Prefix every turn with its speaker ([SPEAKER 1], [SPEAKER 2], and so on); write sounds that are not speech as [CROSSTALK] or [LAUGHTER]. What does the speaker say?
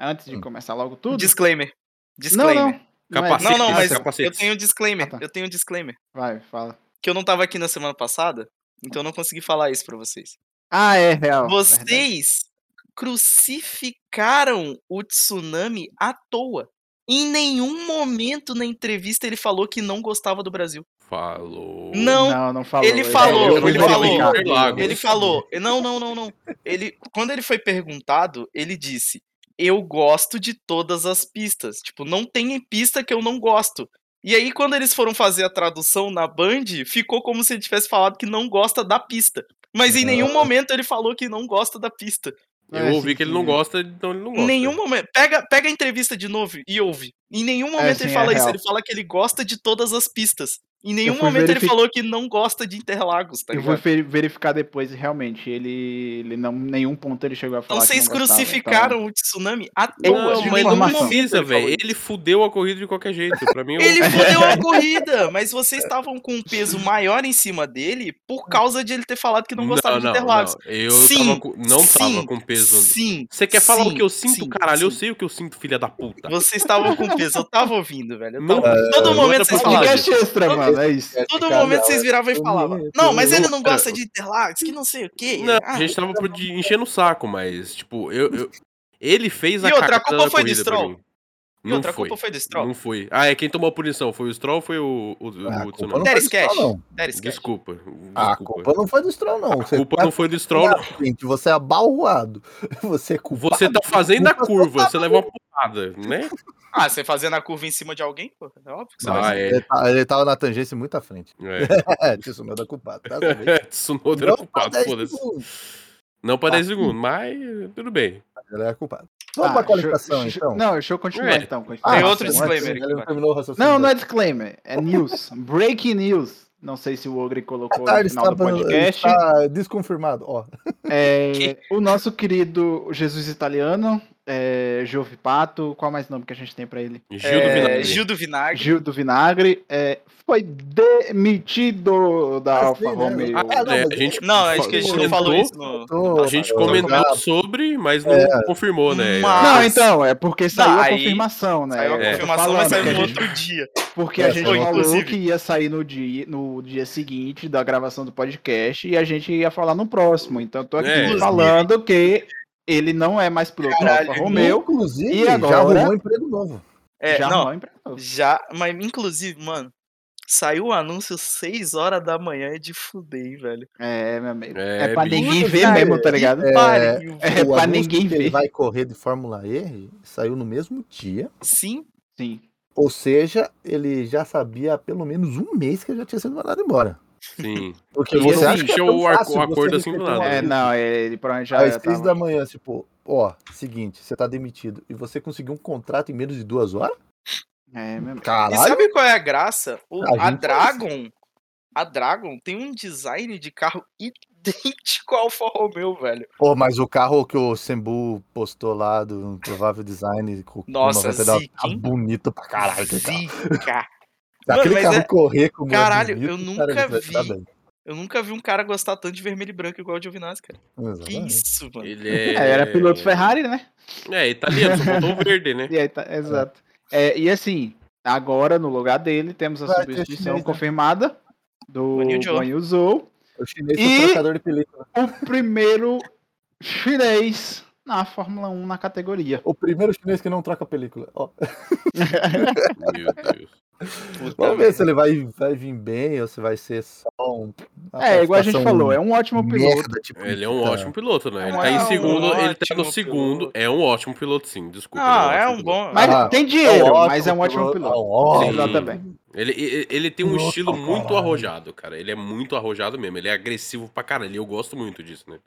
[SPEAKER 1] Antes
[SPEAKER 2] Hum.
[SPEAKER 1] de começar logo tudo.
[SPEAKER 3] Disclaimer.
[SPEAKER 1] Não, não.
[SPEAKER 3] Disclaimer.
[SPEAKER 1] Não, é-
[SPEAKER 3] Não, não,
[SPEAKER 4] Capacetes,
[SPEAKER 3] mas eu
[SPEAKER 4] capacetes.
[SPEAKER 3] tenho um disclaimer.
[SPEAKER 1] Ah, tá.
[SPEAKER 3] Eu tenho um disclaimer.
[SPEAKER 1] Vai, fala.
[SPEAKER 3] Que eu não tava aqui na semana passada, então eu não consegui falar isso pra vocês.
[SPEAKER 1] Ah, é real. verdade.
[SPEAKER 3] Vocês crucificaram o tsunami à toa. Em nenhum momento na entrevista ele falou que não gostava do Brasil.
[SPEAKER 4] Falou.
[SPEAKER 3] Não,
[SPEAKER 1] Não, não falou.
[SPEAKER 3] então, ele falou,
[SPEAKER 1] eu não
[SPEAKER 3] ele
[SPEAKER 1] vou
[SPEAKER 3] falou.
[SPEAKER 1] explicar.
[SPEAKER 4] Ele falou.
[SPEAKER 3] Ele falou, não, não, não, não. Ele, quando ele foi perguntado, ele disse: Eu gosto de todas as pistas. Tipo, não tem pista que eu não gosto. E aí, quando eles foram fazer a tradução na Band, ficou como se ele tivesse falado que não gosta da pista. Mas em nenhum
[SPEAKER 4] Ah.
[SPEAKER 3] momento ele falou que não gosta da pista.
[SPEAKER 4] Eu
[SPEAKER 1] É,
[SPEAKER 4] ouvi
[SPEAKER 1] sim,
[SPEAKER 4] que ele não
[SPEAKER 2] assim
[SPEAKER 1] sim.
[SPEAKER 4] gosta, então ele não
[SPEAKER 3] Em
[SPEAKER 4] gosta.
[SPEAKER 3] nenhum momento. Pega, pega a entrevista de novo e ouve. Em nenhum momento
[SPEAKER 1] sim,
[SPEAKER 3] ele
[SPEAKER 1] é
[SPEAKER 3] fala isso.
[SPEAKER 1] real.
[SPEAKER 3] Ele fala que ele gosta de todas as pistas. Em nenhum
[SPEAKER 1] fui
[SPEAKER 3] momento ele
[SPEAKER 1] verific-
[SPEAKER 3] falou que não gosta de Interlagos, tá
[SPEAKER 1] Eu
[SPEAKER 3] ligado?
[SPEAKER 1] vou ver- verificar depois, e realmente. Ele, ele não, nenhum ponto ele chegou a
[SPEAKER 3] Então
[SPEAKER 1] falar. Tá que
[SPEAKER 3] vocês
[SPEAKER 1] não gostava,
[SPEAKER 3] crucificaram o tsunami à toa.
[SPEAKER 4] Não,
[SPEAKER 1] de
[SPEAKER 4] mas não
[SPEAKER 1] informação.
[SPEAKER 4] precisa,
[SPEAKER 3] Ele falou
[SPEAKER 4] velho.
[SPEAKER 3] isso.
[SPEAKER 4] Ele fudeu a corrida de qualquer jeito. Pra mim, eu- [LAUGHS]
[SPEAKER 3] Ele fudeu
[SPEAKER 1] [LAUGHS]
[SPEAKER 3] a corrida, mas vocês estavam com um peso maior em cima dele por causa de ele ter falado que não gostava de Interlagos.
[SPEAKER 4] não. Eu
[SPEAKER 3] Sim,
[SPEAKER 4] tava com- não
[SPEAKER 3] sim,
[SPEAKER 4] tava com peso.
[SPEAKER 3] Sim.
[SPEAKER 4] Você quer falar
[SPEAKER 3] sim,
[SPEAKER 4] o que eu sinto,
[SPEAKER 3] sim,
[SPEAKER 4] caralho? Eu
[SPEAKER 3] sim.
[SPEAKER 4] sei o que eu sinto, filha da puta.
[SPEAKER 3] Vocês estavam com peso, eu tava ouvindo, velho. eu
[SPEAKER 4] tá. Não, é,
[SPEAKER 3] tava- Todo
[SPEAKER 4] não
[SPEAKER 3] momento
[SPEAKER 4] era pra
[SPEAKER 3] vocês
[SPEAKER 1] Então.
[SPEAKER 4] falar
[SPEAKER 3] falavam.
[SPEAKER 4] disso.
[SPEAKER 1] Podcast extra, mano, é isso.
[SPEAKER 3] Todo momento vocês viravam e
[SPEAKER 2] eu
[SPEAKER 3] falavam.
[SPEAKER 2] nem-
[SPEAKER 3] Não,
[SPEAKER 2] eu
[SPEAKER 3] mas
[SPEAKER 2] nem-
[SPEAKER 3] ele não
[SPEAKER 4] Cara,
[SPEAKER 3] gosta de Interlagos, que não sei o quê.
[SPEAKER 4] Não,
[SPEAKER 3] Ah,
[SPEAKER 4] a gente tava por de- enchendo o saco, mas, tipo, eu. eu- Ele fez a
[SPEAKER 3] E outra, a
[SPEAKER 4] cagada
[SPEAKER 3] culpa
[SPEAKER 4] da
[SPEAKER 3] foi do
[SPEAKER 4] corrida pra
[SPEAKER 3] Stroll?
[SPEAKER 4] mim.
[SPEAKER 3] e
[SPEAKER 4] Não
[SPEAKER 3] outra a
[SPEAKER 4] foi.
[SPEAKER 3] culpa foi do Stroll.
[SPEAKER 4] Não foi. Ah, é quem tomou a punição? Foi o Stroll ou foi o, o, o
[SPEAKER 2] Ah, a
[SPEAKER 4] Tsunoda?
[SPEAKER 2] culpa não
[SPEAKER 3] Dead
[SPEAKER 2] foi do
[SPEAKER 3] Sketch.
[SPEAKER 2] Stroll, não.
[SPEAKER 3] That is catch.
[SPEAKER 4] Desculpa.
[SPEAKER 2] Ah, A
[SPEAKER 4] Desculpa.
[SPEAKER 2] culpa não foi do Stroll, não.
[SPEAKER 4] A culpa não foi do Stroll.
[SPEAKER 2] Stroll,
[SPEAKER 4] não.
[SPEAKER 2] Gente, você é abalroado. [LAUGHS] Você é culpado.
[SPEAKER 4] Você tá fazendo a
[SPEAKER 2] Culpa
[SPEAKER 4] curva,
[SPEAKER 2] sua,
[SPEAKER 4] você leva uma porrada, né?
[SPEAKER 3] Ah, você fazendo a curva em cima de alguém? Pô, é óbvio que você vai
[SPEAKER 4] Ah, é.
[SPEAKER 2] Ele, tá- ele tava na tangência muito à frente. [LAUGHS]
[SPEAKER 4] é.
[SPEAKER 2] É, isso não é da culpada. Tá sabendo?
[SPEAKER 4] É, Tsunoda era
[SPEAKER 2] Não,
[SPEAKER 4] culpado,
[SPEAKER 2] dez
[SPEAKER 4] foda-se.
[SPEAKER 2] segundos,
[SPEAKER 4] Não pra
[SPEAKER 2] Tá.
[SPEAKER 4] 10 segundos, mas tudo bem.
[SPEAKER 2] Ele é culpado.
[SPEAKER 1] Ah,
[SPEAKER 2] Vamos pra
[SPEAKER 1] deixa-
[SPEAKER 2] qualificação,
[SPEAKER 1] deixa-
[SPEAKER 2] então.
[SPEAKER 1] Não, deixa eu continuar
[SPEAKER 4] É.
[SPEAKER 1] então. continuar.
[SPEAKER 2] Ah,
[SPEAKER 3] Tem outro
[SPEAKER 2] antes,
[SPEAKER 3] disclaimer aqui,
[SPEAKER 2] Ele não
[SPEAKER 3] vai.
[SPEAKER 2] terminou o raciocínio.
[SPEAKER 1] Não, não é disclaimer, é news. Breaking news. Não sei se o Ogre colocou
[SPEAKER 2] Tá,
[SPEAKER 1] no
[SPEAKER 2] ele tá
[SPEAKER 1] final
[SPEAKER 2] está,
[SPEAKER 1] do podcast.
[SPEAKER 2] está desconfirmado. Ó,
[SPEAKER 1] É,
[SPEAKER 3] Que-
[SPEAKER 1] o nosso querido Jesus Italiano, é, Giove Pato, qual mais nome que a gente tem pra ele?
[SPEAKER 4] Gil do
[SPEAKER 3] É,
[SPEAKER 4] Vinagre.
[SPEAKER 3] Gil do Vinagre.
[SPEAKER 1] Gil do Vinagre, é, foi demitido da
[SPEAKER 2] Ah,
[SPEAKER 1] Alfa
[SPEAKER 2] sim, né?
[SPEAKER 1] Romeo.
[SPEAKER 4] Ah,
[SPEAKER 2] Ah, não,
[SPEAKER 4] é,
[SPEAKER 2] mas
[SPEAKER 4] a gente
[SPEAKER 3] Não, acho que a gente não falou
[SPEAKER 4] comentou,
[SPEAKER 3] isso no.
[SPEAKER 2] tô-
[SPEAKER 4] A gente
[SPEAKER 2] tô-
[SPEAKER 4] comentou
[SPEAKER 2] tô-
[SPEAKER 4] sobre, mas não
[SPEAKER 2] É.
[SPEAKER 4] confirmou, né?
[SPEAKER 3] Ah, Mas-
[SPEAKER 1] Não, então, é porque saiu a
[SPEAKER 3] aí-
[SPEAKER 1] confirmação, né?
[SPEAKER 3] Saiu
[SPEAKER 1] É o
[SPEAKER 3] a
[SPEAKER 1] que eu tô
[SPEAKER 3] confirmação, mas
[SPEAKER 1] falando, que
[SPEAKER 3] saiu
[SPEAKER 1] a
[SPEAKER 3] no
[SPEAKER 1] gente
[SPEAKER 3] outro dia.
[SPEAKER 1] Porque a
[SPEAKER 2] É,
[SPEAKER 1] gente
[SPEAKER 2] foi,
[SPEAKER 1] falou
[SPEAKER 3] inclusive.
[SPEAKER 1] que ia sair no dia, no dia seguinte da gravação do podcast e a gente ia falar no próximo. Então tô aqui
[SPEAKER 4] É.
[SPEAKER 1] falando que ele não é mais piloto da
[SPEAKER 3] Caralho,
[SPEAKER 1] Alfa Romeo.
[SPEAKER 2] Inclusive,
[SPEAKER 1] E agora?
[SPEAKER 2] já arrumou um emprego novo.
[SPEAKER 3] É,
[SPEAKER 1] já
[SPEAKER 3] não,
[SPEAKER 1] arrumou emprego.
[SPEAKER 3] já. Mas, inclusive, mano, saiu o anúncio 6 horas da manhã é de fuder, hein, velho.
[SPEAKER 1] É, meu amigo. É,
[SPEAKER 4] É,
[SPEAKER 1] pra
[SPEAKER 4] bicho.
[SPEAKER 1] ninguém ver
[SPEAKER 2] Cara,
[SPEAKER 1] mesmo, tá ligado?
[SPEAKER 3] Que pariu,
[SPEAKER 1] É,
[SPEAKER 3] velho.
[SPEAKER 2] O
[SPEAKER 1] pra
[SPEAKER 2] anúncio
[SPEAKER 1] ninguém
[SPEAKER 2] que Ele
[SPEAKER 1] ver.
[SPEAKER 2] vai correr de Fórmula E, saiu no mesmo dia.
[SPEAKER 3] Sim.
[SPEAKER 1] Sim.
[SPEAKER 2] Ou seja, ele já sabia há pelo menos um mês que ele já tinha sido mandado embora.
[SPEAKER 4] Sim.
[SPEAKER 2] Porque
[SPEAKER 1] E assim,
[SPEAKER 2] você acha que é
[SPEAKER 4] fechou
[SPEAKER 2] tão
[SPEAKER 4] o ar-
[SPEAKER 2] fácil
[SPEAKER 4] o acordo
[SPEAKER 2] você
[SPEAKER 4] assim do
[SPEAKER 2] receber
[SPEAKER 4] nada,
[SPEAKER 2] um
[SPEAKER 4] né?
[SPEAKER 1] É,
[SPEAKER 2] anúncio
[SPEAKER 1] não, ele é provavelmente já. tá
[SPEAKER 2] às
[SPEAKER 1] tava-
[SPEAKER 2] seis da manhã, tipo, ó, seguinte, você tá demitido e você conseguiu um contrato em menos de duas horas?
[SPEAKER 1] É, meu amigo.
[SPEAKER 3] E
[SPEAKER 2] Caralho!
[SPEAKER 3] sabe qual é a graça? O,
[SPEAKER 2] A
[SPEAKER 3] a,
[SPEAKER 2] gente-
[SPEAKER 3] Dragon. A Dragon tem um design de carro [LAUGHS] idêntico ao Alfa Romeo, velho.
[SPEAKER 2] Pô, mas o carro que o Sembu postou lá do provável design com com
[SPEAKER 3] Nossa,
[SPEAKER 2] 99,
[SPEAKER 3] zica,
[SPEAKER 2] tá
[SPEAKER 3] hein?
[SPEAKER 2] bonito pra caralho. Aquele carro,
[SPEAKER 3] Zica.
[SPEAKER 2] Se
[SPEAKER 3] Mano,
[SPEAKER 2] aquele
[SPEAKER 3] mas
[SPEAKER 2] carro
[SPEAKER 3] é-
[SPEAKER 2] correr com o meu
[SPEAKER 3] Caralho,
[SPEAKER 2] bonito,
[SPEAKER 3] eu
[SPEAKER 2] cara,
[SPEAKER 3] nunca
[SPEAKER 2] ele vai se dar
[SPEAKER 3] vi.
[SPEAKER 2] bem.
[SPEAKER 3] Eu nunca vi um cara gostar tanto de vermelho e branco igual o Giovinazzi, cara. Que
[SPEAKER 2] Exatamente.
[SPEAKER 3] isso, mano.
[SPEAKER 4] Ele é...
[SPEAKER 1] É, era piloto Ferrari, né?
[SPEAKER 4] É, italiano, só botou o verde,
[SPEAKER 2] [LAUGHS]
[SPEAKER 4] né?
[SPEAKER 1] E aí tá- exato. É, e assim, agora no lugar dele temos a
[SPEAKER 2] Vai ter
[SPEAKER 1] substituição
[SPEAKER 2] chinês, né?
[SPEAKER 1] confirmada do
[SPEAKER 3] Guan Yu Zhou.
[SPEAKER 1] Guan Yu Zhou.
[SPEAKER 2] O chinês
[SPEAKER 1] E-
[SPEAKER 2] é trocador de película.
[SPEAKER 1] o primeiro chinês na Fórmula 1 na categoria.
[SPEAKER 2] O primeiro chinês que não troca película. Ó,
[SPEAKER 4] Meu Deus.
[SPEAKER 3] Puta,
[SPEAKER 2] vamos ver
[SPEAKER 3] velho.
[SPEAKER 2] se ele vai, vai vir bem ou se vai ser só um. uma
[SPEAKER 1] É, igual a gente
[SPEAKER 2] participação
[SPEAKER 1] falou, é um ótimo piloto.
[SPEAKER 2] merda, tipo,
[SPEAKER 4] Ele é um
[SPEAKER 2] puta.
[SPEAKER 4] ótimo piloto, né? Ele
[SPEAKER 3] É
[SPEAKER 4] tá em
[SPEAKER 3] um
[SPEAKER 4] segundo, ele tá
[SPEAKER 3] ótimo
[SPEAKER 4] no segundo.
[SPEAKER 3] piloto.
[SPEAKER 4] É um ótimo piloto, sim, desculpa.
[SPEAKER 3] Ah,
[SPEAKER 4] ele
[SPEAKER 3] é
[SPEAKER 4] ótimo
[SPEAKER 3] um
[SPEAKER 4] piloto.
[SPEAKER 3] bom.
[SPEAKER 1] Mas
[SPEAKER 2] Ah,
[SPEAKER 1] tem dinheiro,
[SPEAKER 2] É um
[SPEAKER 1] mas é um ótimo
[SPEAKER 2] É
[SPEAKER 1] piloto.
[SPEAKER 2] um ótimo.
[SPEAKER 4] Sim.
[SPEAKER 1] Exatamente.
[SPEAKER 4] Ele, ele, ele tem um
[SPEAKER 2] Nossa,
[SPEAKER 4] estilo muito
[SPEAKER 2] caralho.
[SPEAKER 4] arrojado, cara. Ele é muito arrojado mesmo. Ele é agressivo pra caralho. E Eu gosto muito disso, né?